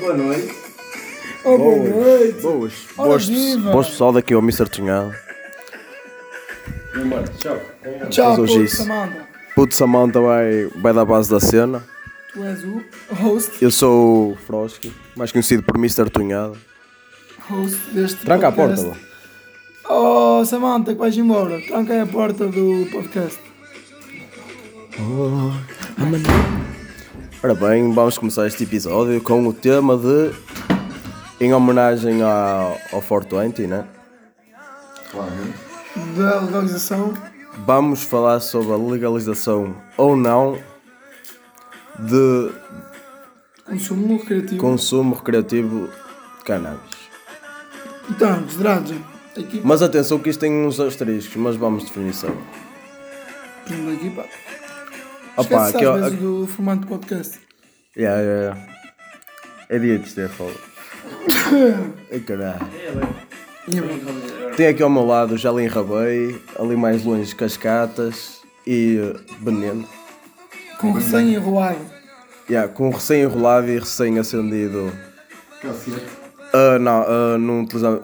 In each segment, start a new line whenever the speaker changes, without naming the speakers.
Boa noite.
Oh, boa noite.
Boas.
Ora
Boas,
viva.
boas pessoal daqui é ao Mr. Tunhado.
Vamos embora. Tchau.
Tchau,
hoje
puto,
isso.
Samanta.
Puto Samanta vai, vai dar base da cena.
Tu és o host,
Eu sou o Frosky, mais conhecido por Mr. Tunhado.
host deste
Tranca a porta,
podcast.
lá.
Oh, Samanta, que vais embora. Tranca aí a porta do podcast.
Ora bem, vamos começar este episódio com o tema de. Em homenagem ao, ao 420, né?
Da legalização.
Vamos falar sobre a legalização ou não de
Consumo recreativo.
consumo recreativo de cannabis.
Então, desdrados. Aqui,
Mas atenção que isto tem uns asteriscos, mas vamos definir só.
por exemplo, aqui, pá.
Opa,
Esquece
aqui,
às
ó,
vezes
aqui-
do formato de podcast.
Yeah, yeah, yeah. É dia de ter fogo. Ai, caralho.
E é bom.
Tem aqui ao meu lado Jalim Rabei, ali mais longe Cascatas e eh, Beneno.
Com recém-enrolado.
Yeah, com um recém-enrolado e recém-acendido. Ah, não, ah, não utilizava.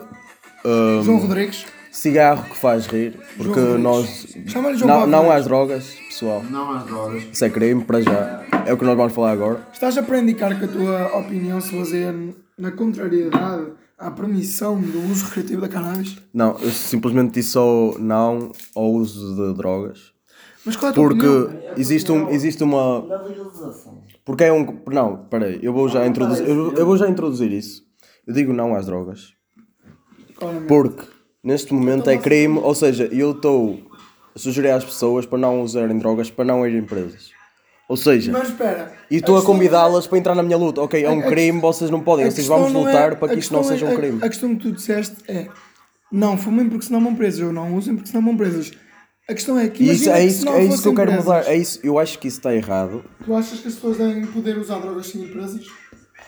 ah,
João Rodrigues.
cigarro que faz rir, porque
João
nós.
Rodrigues. Chama-lhe João
Não,
Paulo
não
Rodrigues.
às drogas, pessoal.
Não às drogas.
Isso é crime, para já. É o que nós vamos falar agora.
Estás a indicar que a tua opinião se baseia na contrariedade à permissão do uso recreativo da cannabis?
Não, eu simplesmente disse só não ao uso de drogas.
Mas qual é a tua
Porque
opinião?
existe, um, existe uma.
Da legalização.
Porque é um. Não, peraí, eu vou já introduzir. Eu, eu vou já introduzir isso. Eu digo não às drogas.
Claramente.
Porque neste momento é crime, ou seja, eu estou a sugerir às pessoas para não usarem drogas, para não irem presas. Ou seja,
Mas espera.
e estou a
questão-
convidá-las para entrar na minha luta. Ok, é um crime, vocês não podem,
a
vocês
questão
vamos
não é-
lutar
a
para que isto não
questão é-
seja um
a-
crime.
A questão que tu disseste é: não fumem porque senão vão presos, ou não usem porque senão vão presos. A questão é que.
E isso,
imagina
é
que
isso,
se não
é isso que eu
fossem
quero
presas,
mudar. É isso, eu acho que isso está errado.
Tu achas que as pessoas devem poder usar drogas sem ir presas?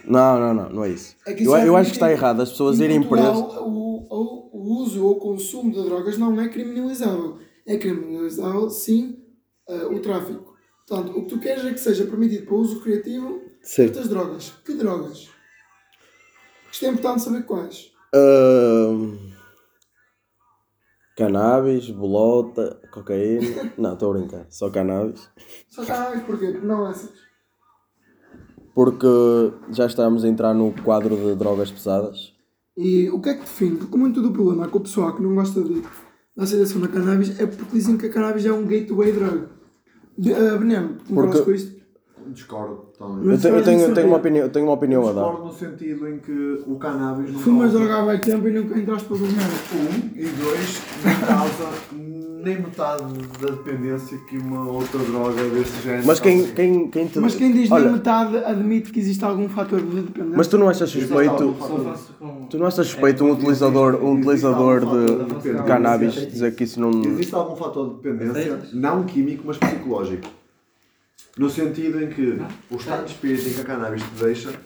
Não, não, não, não é isso.
É que isso
Eu,
é
eu
crime.
acho que está errado as pessoas
Em
irem
Portugal,
presas.
O, o- o uso ou consumo de drogas não é criminalizável. É criminalizável, sim, eh, o tráfico. Portanto, o que tu queres é que seja permitido para uso recreativo certas drogas. Que drogas? Isto é importante saber quais.
Ahn, ah, Cannabis, bolota, cocaína. Não, estou a brincar, só cannabis.
Só caralho, porquê? Porque não é assim. essas.
Porque já estamos a entrar no quadro de drogas pesadas.
E o que é que define? Porque muito do problema é que o pessoal que não gosta de, da aceitação da cannabis é porque dizem que a cannabis é um gateway drug. De- eh, Veneno, concordas
Porque-
com isto?
Discordo
Eu,
totalmente.
te- eu tenho, eu tenho
é-
uma opinião, eu tenho uma opinião a dar.
Discordo no sentido em que o cannabis não
Fumas
causa-
droga há bem tempo e nunca entraste para o governo.
Um e dois não causa nem metade da dependência que uma outra droga desse género.
Mas quem,
causa.
quem, quem te.
Mas quem diz
Olha,
na metade admite que existe algum fator de dependência.
mas tu não achas suspeito. Tu não achas suspeito um utilizador, um utilizador de, de cannabis dizer que isso não.
Existe algum fator de dependência, não químico, mas psicológico. No sentido em que o estado de espírito em que a cannabis te deixa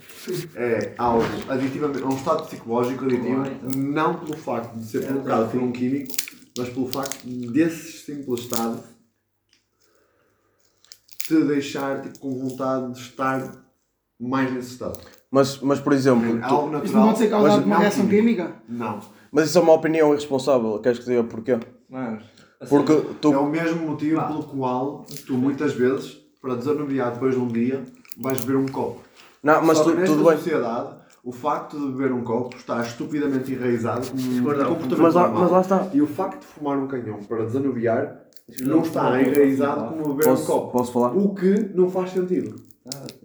é algo aditivamente, é um estado psicológico aditivo, não pelo facto de ser provocado por um químico, mas pelo facto desse simples estado te deixar tipo, com vontade de estar mais nesse estado.
Mas, mas por exemplo.
É
tu-
algo natural.
Isto não pode ser causado
mas
por uma
não
reação
químico.
química?
Não.
Mas isso é uma opinião irresponsável, queres que diga porquê?
Mano,
Assim?
Porque
É
tu.
o mesmo motivo pelo qual tu muitas vezes, para desanuviar depois de um dia, vais beber um copo.
Não, Ah, mas
Só que
tu,
nesta
tudo bem.
sociedade, o facto de beber um copo está estupidamente enraizado como um comportamento
Mas lá-
normal.
mas lá está.
E o facto de fumar um canhão para desanuviar não está enraizado como beber
Posso-
um copo.
posso falar?
O que não faz sentido.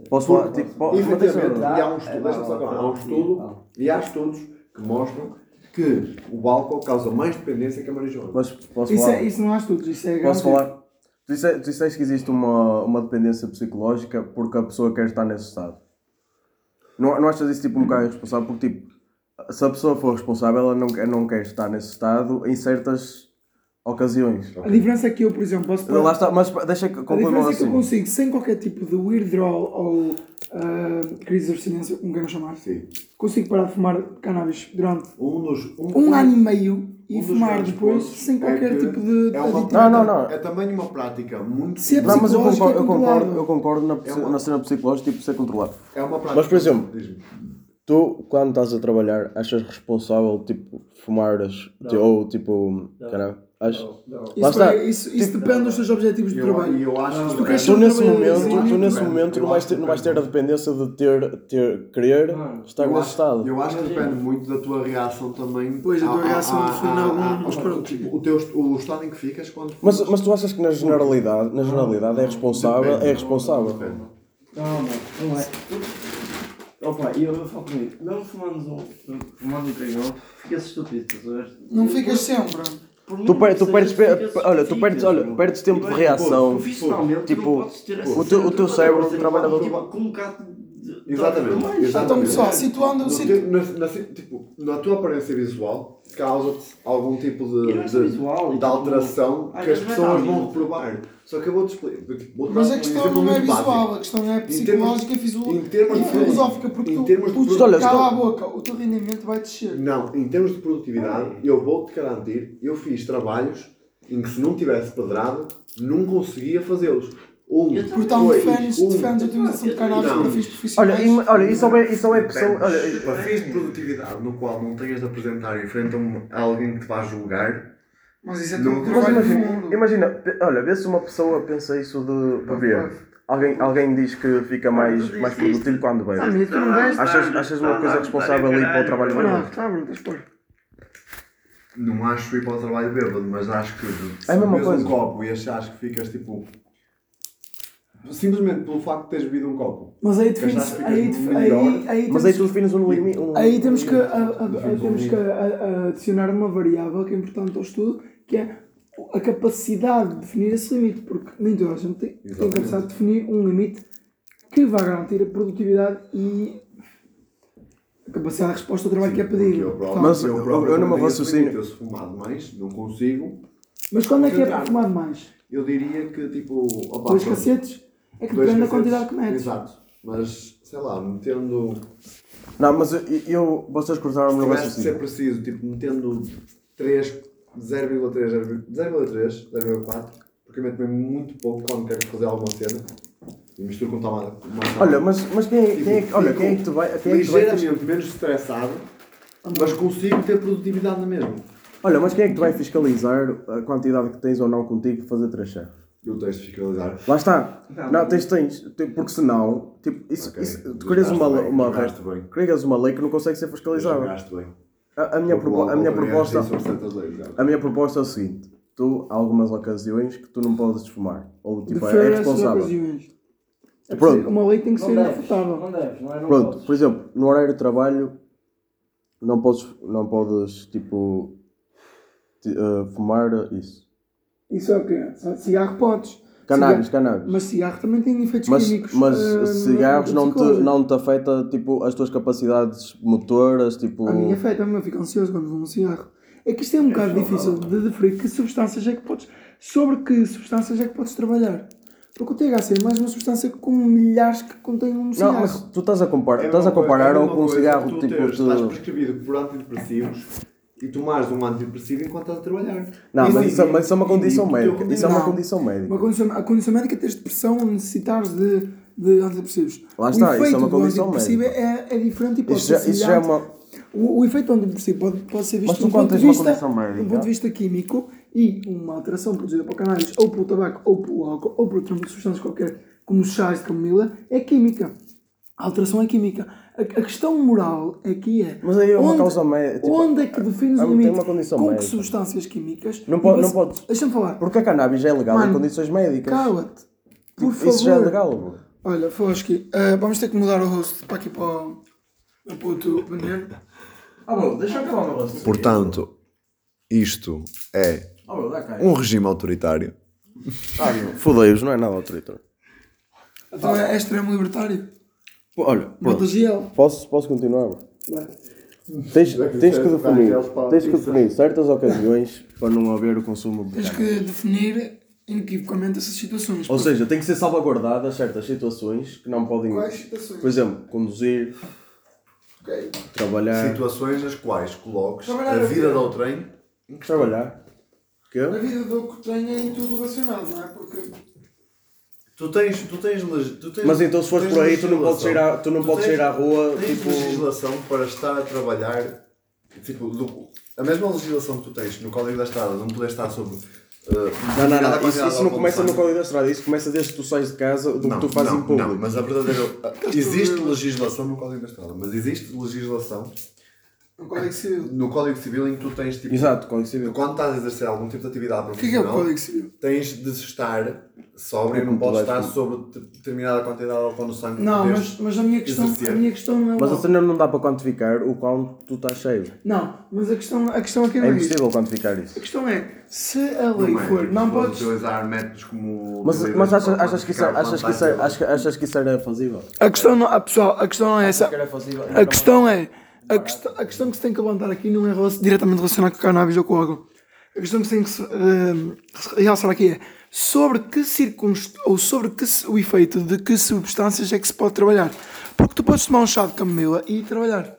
Posso falar? Tipo, po-
Efetivamente,
atenção.
e há um estudo, deixa-me
É,
só acabar, há um estudo, e há estudos que mostram que o álcool causa mais dependência que a marijuana.
Mas posso
Isso,
falar?
é, isso não há estudos, isso é
Posso
garantido.
falar? Tu disse- tu disseste que existe uma, uma dependência psicológica porque a pessoa quer estar nesse estado. Não, não achas isso tipo um bocado irresponsável? Porque, tipo, se a pessoa for responsável, ela não, quer- não quer estar nesse estado em certas Ocasiões.
A diferença é que eu, por exemplo, posso
Lá está, mas deixa que
A diferença
concluir
é que eu
assim.
consigo, sem qualquer tipo de withdrawal ou ah, crise de abstinência, como queiram chamar,
Sim.
consigo parar de fumar cannabis durante
Um dos.
um ano e meio e
um dos
fumar
grandes
depois
pontos
sem
é
qualquer
que
tipo de
é uma-
aditivo.
Não, não, não.
É também uma prática muito.
Se é
Não, mas eu concordo,
Psicológico é
eu concordo,
controlado.
eu concordo na, psi-
É uma-
na cena psicológica tipo ser controlado.
É uma prática.
Mas, por exemplo,
Diz-me.
Tu, quando estás a trabalhar, achas responsável, tipo, fumar as-
Não.
ou, tipo,
Não.
caralho, achas?
Não, não.
Lá
Isso,
está.
é- isso, isso depende dos teus objetivos de
Eu-
trabalho.
E eu acho
Não,
que é
tu
depende-
queres
Tu,
Eu
nesse
trabalho-
momento,
eu acho
tu,
que
nesse
depende.
momento,
Eu
não vais
acho
ter,
que
não vais ter a
depende.
dependência de ter, ter querer
Mano,
estar
eu
nesse
acho-
estado.
Eu acho que
Imagina.
depende muito da tua reação também.
Pois, a tua
à- à-
reação
à-
foi em algum-
à-
mas
ao-
pronto.
tipo, O, teu, o estado em que ficas quando.
Mas, mas tu achas que na generalidade, na generalidade é responsável,
Depende.
é responsável.
Depende.
Não, mano, não é. Opa, e eu, eu falo comigo, mesmo fumando um, fumando um canhão, fica estúpido, estás a ver?
Não ficas sempre.
Por mim,
Tu per- tu
seja,
perdes pe-
ficas-
olha, tu perdes- olha,
bro.
perdes tempo
E
de
vai-
reação.
Profissionalmente,
Tipo,
tu não podes ter essa
o teu-
cena,
o
tu
teu
não
cérebro
podes ter
trabalha
tipo,
muito-
com um bocado de- de-
Exatamente.
mais.
exatamente.
Então, pessoal, situando.
No
Situ...
teu- na- na- tipo, na tua aparência visual, causa-te algum tipo
E não é
de,
só
de,
visual,
de
tipo,
alteração
às
que as
vezes é vai
pessoas
dar
vão
mesmo.
reprovar. Só que eu vou-te explicar. tipo, vou-te dar
Mas a
um
questão
exemplo
não é
muito básico.
visual, a questão é psicológica e visual.
em termos
e
de-
é filosófica, porque
em
tu,
termos de
tu
produto-
Olha,
cala
estou-
a boca, o teu rendimento vai descer.
Não, em termos de produtividade, eu vou-te garantir, eu fiz trabalhos em que se não tivesse pedrado, não conseguia fazê-los. Um,
Eu também.
Porque tal
dois,
defendes,
um.
defendes a utilização de cannabis
Não.
para fins profissionais.
Olha, e, olha, isso é, isso é pessoa. Olha,
Dependes. Perfis de produtividade no qual não tenhas de apresentar em frente a um- a alguém que te vá julgar.
Mas isso é
Não.
teu
mas
trabalho no
imagina,
mundo.
imagina, pe- olha, vê se uma pessoa pensa isso de beber. Alguém, alguém diz que fica mais, mais produtivo quando bebe.
tu não vais.
Achas, achas uma
Ah,
coisa responsável aí para o trabalho bem?
Tá, Bruno, estás por.
Não acho ir para o trabalho bêbado, mas acho que se
É a mesma
bebes
coisa.
um copo e achas que ficas tipo. Simplesmente pelo facto de teres bebido um copo.
Mas aí
define-se-
define-se.
Gastaste aí define- melhor.
Mas aí tu defines um limite. Um...
Aí temos que, a- a- a- temos que a- a- adicionar uma variável que é importante ao estudo, que é a capacidade de definir esse limite, porque nem toda a gente tem, tem
Exatamente.
capacidade de definir um limite que vai garantir a produtividade e a capacidade de resposta ao trabalho que é
Porque
pedido.
eu próprio-
Portanto,
Mas eu-
próprio
eu não me
também tenho esse
raciocínio.
limite. Eu se fumado mais, não consigo.
mas quando é que é para
Entrar.
fumar mais?
Eu diria que tipo. Opa,
Dois
pronto,
cacetes? É que
dois
depende da
cacetes.
quantidade que metes.
Exato. Mas, sei lá, metendo.
Não, mas eu, eu vocês cortaram o
Se
meu
tivesse de ser
raciocínio.
preciso, tipo, metendo 3, 0,3, 0,3, 0,4, porque eu meto mesmo muito pouco quando quero fazer alguma cena e misturo com tomada.
Olha, mas, mas quem, é- quem é que. Olha, quem é que tu vai. Quem é que tu vai fiscal-
ligeiramente menos estressado,
Uhum.
mas consigo ter produtividade na mesma.
olha, mas quem é que tu vai fiscalizar a quantidade que tens ou não contigo para fazer três chefes?
Eu tens de fiscalizar.
Lá está.
Não,
Não, tens, tens. Tipo, Porque senão, tipo, isso,
Ok.
isso, tu crias uma,
Julgaste bem,
uma,
julgaste bem.
crias uma lei que não consegue ser fiscalizada.
Jogaste bem.
A, a minha,
Vou
propo-
colocar
a, minha
outra vez,
proposta,
sim, sobre certas leis, já.
a minha proposta é o seguinte: tu, há algumas ocasiões que tu não podes fumar. Ou tipo, é,
Defender essas
responsável.
ocasiões. É
Pronto.
preciso- Uma lei tem que
Não
ser
deves,
irrefutável.
não deves, não é? Não
Pronto, por
podes.
exemplo, no horário de trabalho não podes, não podes tipo, ti- eh, fumar isso.
Isso é o quê? Cigarro podes.
Cannabis,
Cigarro-
cannabis.
Mas cigarro também tem efeitos
Mas,
químicos.
mas
ah,
cigarros não te,
psicológicos.
não te afeta tipo, as tuas capacidades motoras, tipo.
A minha afeta-me, eu fico ansioso quando fumo um cigarro. É que isto é um bocado difícil de definir que substâncias é que podes. Sobre que substâncias é que podes trabalhar. Porque o THC é mais uma substância com milhares que contém um
Não,
cigarro.
mas tu estás a comparar,
É
estás a
uma coisa-
comparar
é
ou
uma
com um
coisa
cigarro
que tu
tipo.
teres-
de-
Estás prescrevido por antidepressivos e tomares um antidepressivo enquanto estás a trabalhar.
Não, mas
sim,
isso, é- mas isso é uma
e-
condição
e-
médica. Isso é uma
Não.
condição
Uma
médica.
condição, a condição médica é teres depressão ou necessitares de, de antidepressivos.
Lá está,
o
isso é
efeito
uma condição
do antidepressivo é, é diferente e pode
Isso
ser
já- isso já é
semelhante. O, o efeito do antidepressivo pode, pode ser visto
Mas tu
de um
quando
ponto
tens
de
uma
vista,
condição médica-
de um ponto de vista químico e uma alteração produzida pelo cannabis ou pelo tabaco ou pelo álcool ou por outra substância qualquer, como chás de camomila, é química. A alteração é química. A, a questão moral aqui é...
Mas aí é uma causa mé- tipo,
onde é que defines
há-
o
tem
limite
uma condição
com que
médica.
substâncias químicas...
Não pode-
E
não
você-
podes.
Deixa-me falar.
Porque a cannabis é legal em
Mano,
condições médicas.
Cala-te. Por
Isso
favor.
já é legal. bro.
Olha, Fosky, eh, vamos ter que mudar o host para aqui para o para o puto banheiro.
Ah, bro, deixa eu acabar o negócio.
Portanto, isto é
Ah, bro, dá cá.
um regime autoritário.
Fudei-os, não é nada autoritário.
Então é extremo libertário.
Olha,
Botas gel.
posso, posso continuar? bro? Tens, tens que definir, tens que definir certas ocasiões é. para não haver o consumo de
Tens
cannabis.
que definir inequivocamente essas situações.
Ou seja, tem que ser salvaguardadas certas situações que não podem.
Quais situações?
Por exemplo, conduzir,
Ok.
trabalhar.
Situações nas quais coloques
Trabalhar
a
a
vida
assim.
vida.
de outrem em questão.
Trabalhar. Quê?
A vida do que tem é em tudo relacionado, não é? Porque
Tu tens, tu tens, leg- tu tens
Mas então se fores
tens
por aí, tu não podes sair
legislação.
à, tu não
Tu
podes
tens-
sair à rua,
Tens
tipo.
legislação para estar a trabalhar, tipo, do- a mesma legislação que tu tens no Código da Estrada, não poder estar sobre... eh,
Não, não,
determinada
não. Isso,
quantidade
isso
de
não começa
alcoólicos.
no código da estrada, isso começa desde que tu sais de casa, do que tu fazes
não,
em público.
Não, mas a verdadeira. Existe legislação no Código da Estrada, mas existe legislação
o é um Código Civil.
no Código Civil em que tu tens tipo.
Exato, é código civil.
Quando estás a exercer algum tipo de atividade
O que é, que é o
profissional,
Código Civil?
tens de estar sóbrio,
É como
não
tu
podes
vais
estar
com-
sobre de- determinada quantidade de álcool no sangue.
Não,
que
mas,
tens.
mas a, minha questão,
exercer.
a minha questão não é
Mas
o
a cena não dá para quantificar o quão tu estás cheio.
Não, mas a questão, a questão aqui não
É
é isso.
impossível quantificar isso.
A questão é, se a lei
é,
for, não
podes
podes...
utilizar métodos como.
Mas, mas achas, achas, que isso, é-
quantificar
achas, que isso,
vantagem.
achas, achas que isso era fazível?
A questão não, ah, pessoal, a questão não é essa.
Achas que era fazível?
A questão é, a, quest- a questão que se tem que levantar aqui não é relac- diretamente relacionada com o cannabis ou com o álcool. A questão que se tem que se, eh, realçar aqui é sobre que circunst... ou sobre que se- o efeito de que substâncias é que se pode trabalhar. Porque tu podes tomar um chá de camomila e trabalhar.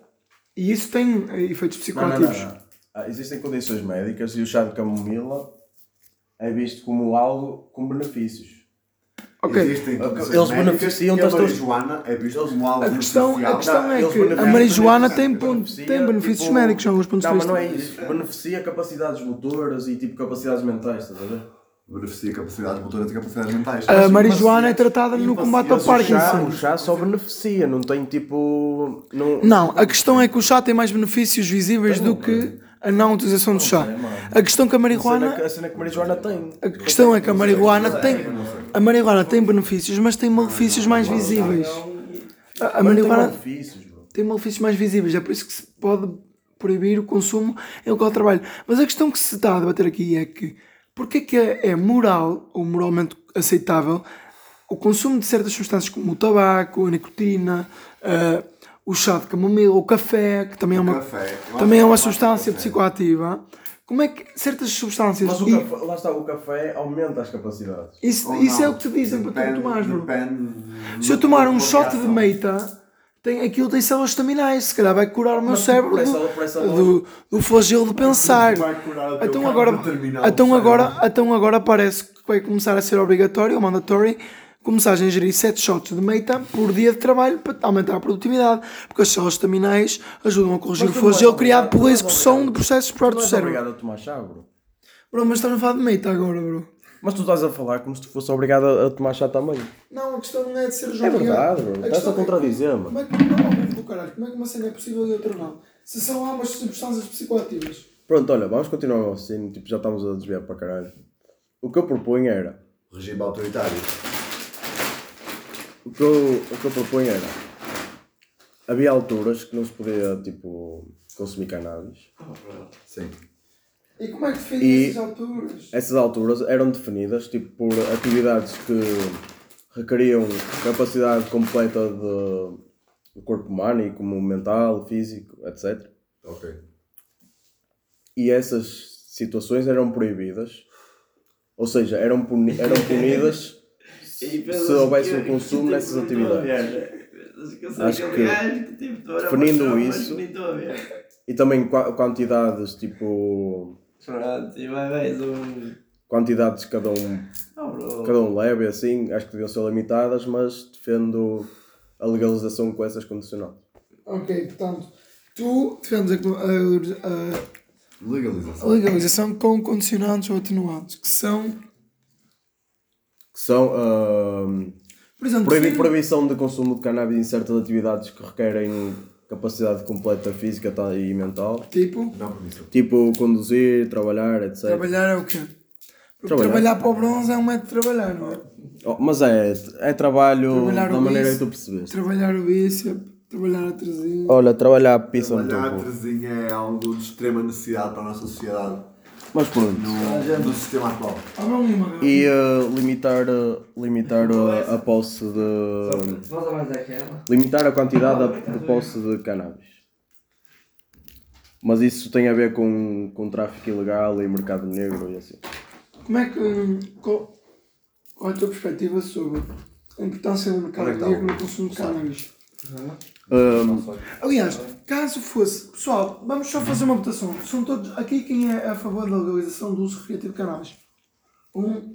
E isso tem eh, efeitos
Não, não, não,
psicoativos.
não. Ah, Existem condições médicas e o chá de camomila é visto como algo com benefícios.
Ok.
Existem condições
Eles então
médicas
beneficiam
e a
das tuas-
marijuana é vista como algo
A questão, a
beneficial.
questão é
eles
que a
beneficiam-
marijuana tem,
beneficia,
ponto, tem
tipo,
benefícios médicos em alguns pontos
não,
de vista.
mas não é isso. Beneficia capacidades motoras e tipo capacidades mentais, estás a ver? é-
beneficia capacidades motoras e capacidades mentais.
A marijuana é tratada no combate ao
Mas o chá,
Parkinson.
o chá só beneficia, não tem tipo. Não,
Não, a questão é que o chá tem mais benefícios visíveis do que a não utilização do chá. A questão que a
a cena, que-
marihuana.
a cena que a marijuana tem.
A questão é que a marihuana tem. A marihuana tem benefícios, mas tem malefícios mais visíveis. A, a
Marijuana.
marihuana tem malefícios mais visíveis, é por isso que se pode proibir o consumo em local de trabalho. Mas a questão que se está a debater aqui é que porque é que é é moral ou moralmente aceitável o consumo de certas substâncias como o tabaco, a nicotina, eh, o chá de camomila, o café, que também é uma,
café. Eu
também é
acho que eu
uma
acho que
substância
o café.
psicoativa. Como é que certas substâncias.
Mas o
e-
café, lá está, o café aumenta as capacidades.
isso
Ou
isso é
não.
o que te dizem para tu
Depende-
tomares, bro.
depende
Se eu
da
tomar
tua
um shot de
reação.
meita, tem, aquilo tem células estaminais, se calhar vai curar o meu
Mas tipo,
cérebro
por essa-
do,
por essa
do, do flagelo de pensar.
Vai curar o teu
Então
campo
agora,
terminal do
então,
cérebro.
agora, então agora parece que vai começar a ser obrigatório, ou mandatory, começar a ingerir 7 shots de meita por dia de trabalho para aumentar a produtividade, porque as células estaminais ajudam a corrigir
Mas
o
tu não és
flagelo
obrigado-
criado
tu
pela
não és
execução de
obrigado-
processos
Tu
próprios
não
do
és
cérebro.
obrigado a tomar chá, bro.
Bro, mas estás a falar de meita agora, bro.
Mas tu estás a falar como se tu fosse obrigado a, a tomar chá também.
Não, a questão não é de ser
É
jovem.
verdade, bro. Estás a
questão é-
contradizer,
Como
mano.
é que não, do caralho, como é que uma cena é possível e outra não? Se são ambas substâncias psicoativas.
Pronto, olha, vamos continuar o raciocínio, tipo, já estamos a desviar para caralho. O que eu proponho era.
Regime autoritário.
O que eu, o que eu proponho era. Havia alturas que não se podia, tipo, consumir cannabis.
Sim.
E como é que definem
E-
essas alturas?
Essas alturas eram definidas, tipo, por atividades que requeriam capacidade completa de, do corpo humano, e como mental, físico, etc.
Ok.
E essas situações eram proibidas. Ou seja, eram, puni- eram punidas se houvesse o um consumo nessas
Tipo,
atividades. Acho
né? Acho
que,
que,
definindo isso- E também qua- quantidades, tipo.
Pronto, e vai mais um.
quantidades que cada um,
Não, bro.
cada um leva e assim, acho que deviam ser limitadas, mas defendo a legalização com essas condicionantes.
Ok, portanto, tu defendes a, a- a
Legalização.
legalização com condicionantes ou atenuantes, que são.
Que são ahm,
Por exemplo,
proibi-
define-
proibição de consumo de cannabis em certas atividades que requerem capacidade completa física tá, e mental,
tipo,
Não permissão.
tipo conduzir, trabalhar, etc.
trabalhar é o quê? Porque
Trabalhar.
trabalhar, para o bronze é um método de trabalhar, não é?
Oh, mas é, é trabalho
Trabalhar
da
o
maneira que
bíceps.
tu percebeste.
Trabalhar o bíceps, trabalhar a traseira.
Olha, trabalhar a pizza muito
Trabalhar a
pouco.
trezinha é algo de extrema necessidade para a nossa sociedade.
Mas pronto.
No, no sistema atual.
Abram uma, galera.
E ah, limitar, ah, limitar ah, a posse de.
Volta mais àquela.
Limitar a quantidade de posse de cannabis. Mas isso tem a ver com, com tráfico ilegal e mercado negro e assim.
Como é que. hum, Qual, qual é a tua perspectiva sobre a importância do mercado
Onde é que tá
negro
o-
no consumo de cannabis?
Ahm,
Aliás, caso fosse. Pessoal, vamos só fazer uma votação. São todos. Aqui quem é a favor da legalização do uso recreativo de cannabis? Um.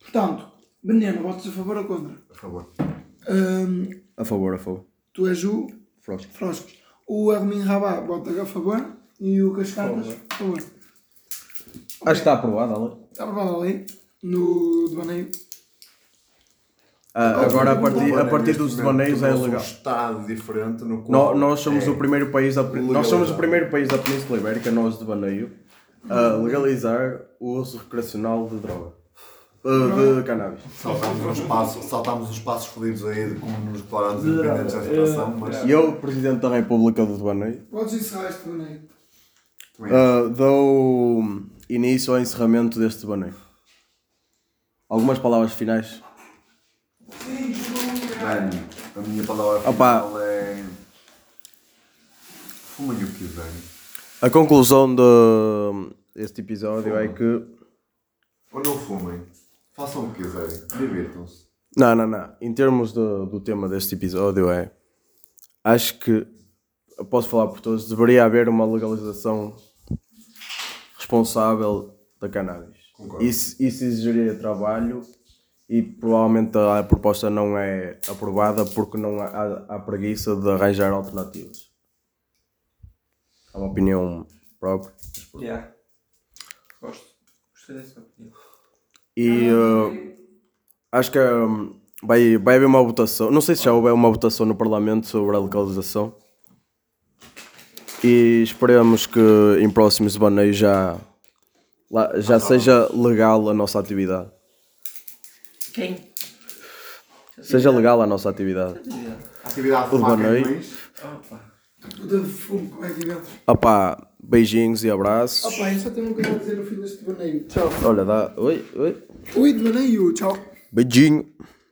Portanto, Beneno, votos a favor ou contra?
Por favor.
Hum,
a favor, a favor.
tu és o
Frost.
Froscos. O Armin Rabá vota a favor e o Cascatas a favor.
Acho que está aprovado, Ale.
Está aprovado ali no devaneio.
Ah, agora, a
O
partir, a
devaneio,
partir
neste
dos
momento,
devaneios é
tornou-se
legal.
um estado diferente no
Nó-
qual
Nós, somos
é
o primeiro país da, nós somos o
legalizar.
primeiro país da Península Ibérica, nós de Baneio, a legalizar o uso recreacional de droga. Uh, de cannabis.
Saltámos uns passos, saltámos uns passos fodidos aí de como nos declaramos independentes dessa situação, mas
E eu, Presidente da República do Devaneio,
Podes encerrar este devaneio.
uh, dou início ao encerramento deste Devaneio. Algumas palavras finais?
Dani, a minha palavra
Opa.
final é. Fumem o que quiserem.
A conclusão de- deste episódio é que.
Ou não fumem. Façam o que quiserem. Divirtam-se.
Não, não, não. Em termos do, do tema deste episódio, é. Acho que. eu Posso falar por todos. Deveria haver uma legalização responsável da cannabis.
Concordo.
Isso, isso exigiria trabalho e provavelmente a proposta não é aprovada porque não há, há- há preguiça de arranjar alternativas. É uma opinião própria.
Yeah. Gosto. Gostei dessa opinião.
E eh, acho que eh, vai, vai haver uma votação. Não sei se já houve uma votação no Parlamento sobre a legalização. E esperemos que em próximos devaneios já, lá- já seja legal a nossa atividade.
Quem?
Seja legal a nossa atividade.
Atividade de é fumar
Urbanoio.
cães,
Opa.
Puta de fumo, como é que inventa?
Opá, beijinhos e abraços.
Opa, eu só tenho uma coisa a dizer no fim deste devaneio.
Olha, dá. Oi, oi.
Oi, devaneio, tchau.
Beijinho.